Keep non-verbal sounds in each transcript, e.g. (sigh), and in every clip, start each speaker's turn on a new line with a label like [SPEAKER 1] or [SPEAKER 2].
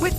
[SPEAKER 1] With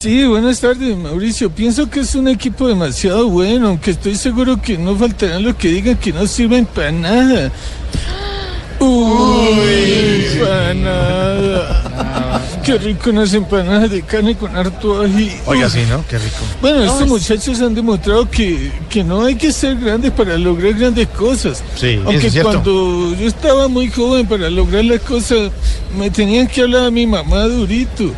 [SPEAKER 2] Sí, buenas tardes, Mauricio. Pienso que es un equipo demasiado bueno, aunque estoy seguro que no faltarán los que digan que no sirven para nada. Uy, para nada. Qué rico unas empanadas de carne con harto ají.
[SPEAKER 3] Oiga, sí, ¿no? Qué rico.
[SPEAKER 2] Bueno, estos muchachos han demostrado que, que no hay que ser grandes para lograr grandes cosas.
[SPEAKER 3] Sí, eso es
[SPEAKER 2] Aunque
[SPEAKER 3] cierto.
[SPEAKER 2] cuando yo estaba muy joven para lograr las cosas, me tenían que hablar a mi mamá durito.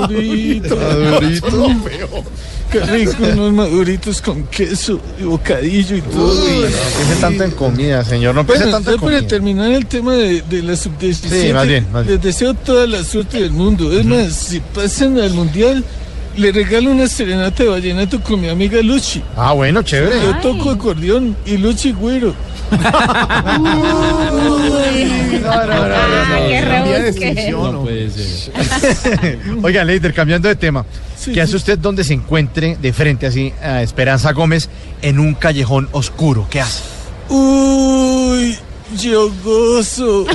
[SPEAKER 2] Madurito. Qué rico unos maduritos con queso y bocadillo y todo. Y-
[SPEAKER 3] Piense tanto en comida, señor. No piense
[SPEAKER 2] Bueno,
[SPEAKER 3] tanto
[SPEAKER 2] ya
[SPEAKER 3] en
[SPEAKER 2] para
[SPEAKER 3] comida.
[SPEAKER 2] terminar el tema de, de la sub-17,
[SPEAKER 3] Sí, más bien, más bien.
[SPEAKER 2] les deseo toda la suerte del mundo. Es más, si pasan al mundial, le regalo una serenata de vallenato con mi amiga Luchi.
[SPEAKER 3] Ah, bueno, chévere.
[SPEAKER 2] Yo toco acordeón y Luchi güero.
[SPEAKER 3] (laughs) Oiga, Leider, cambiando de tema.
[SPEAKER 2] Sí,
[SPEAKER 3] ¿Qué hace
[SPEAKER 2] sí.
[SPEAKER 3] usted donde se encuentre de frente así a Esperanza Gómez en un callejón oscuro? ¿Qué hace?
[SPEAKER 2] Uy, yo gozo.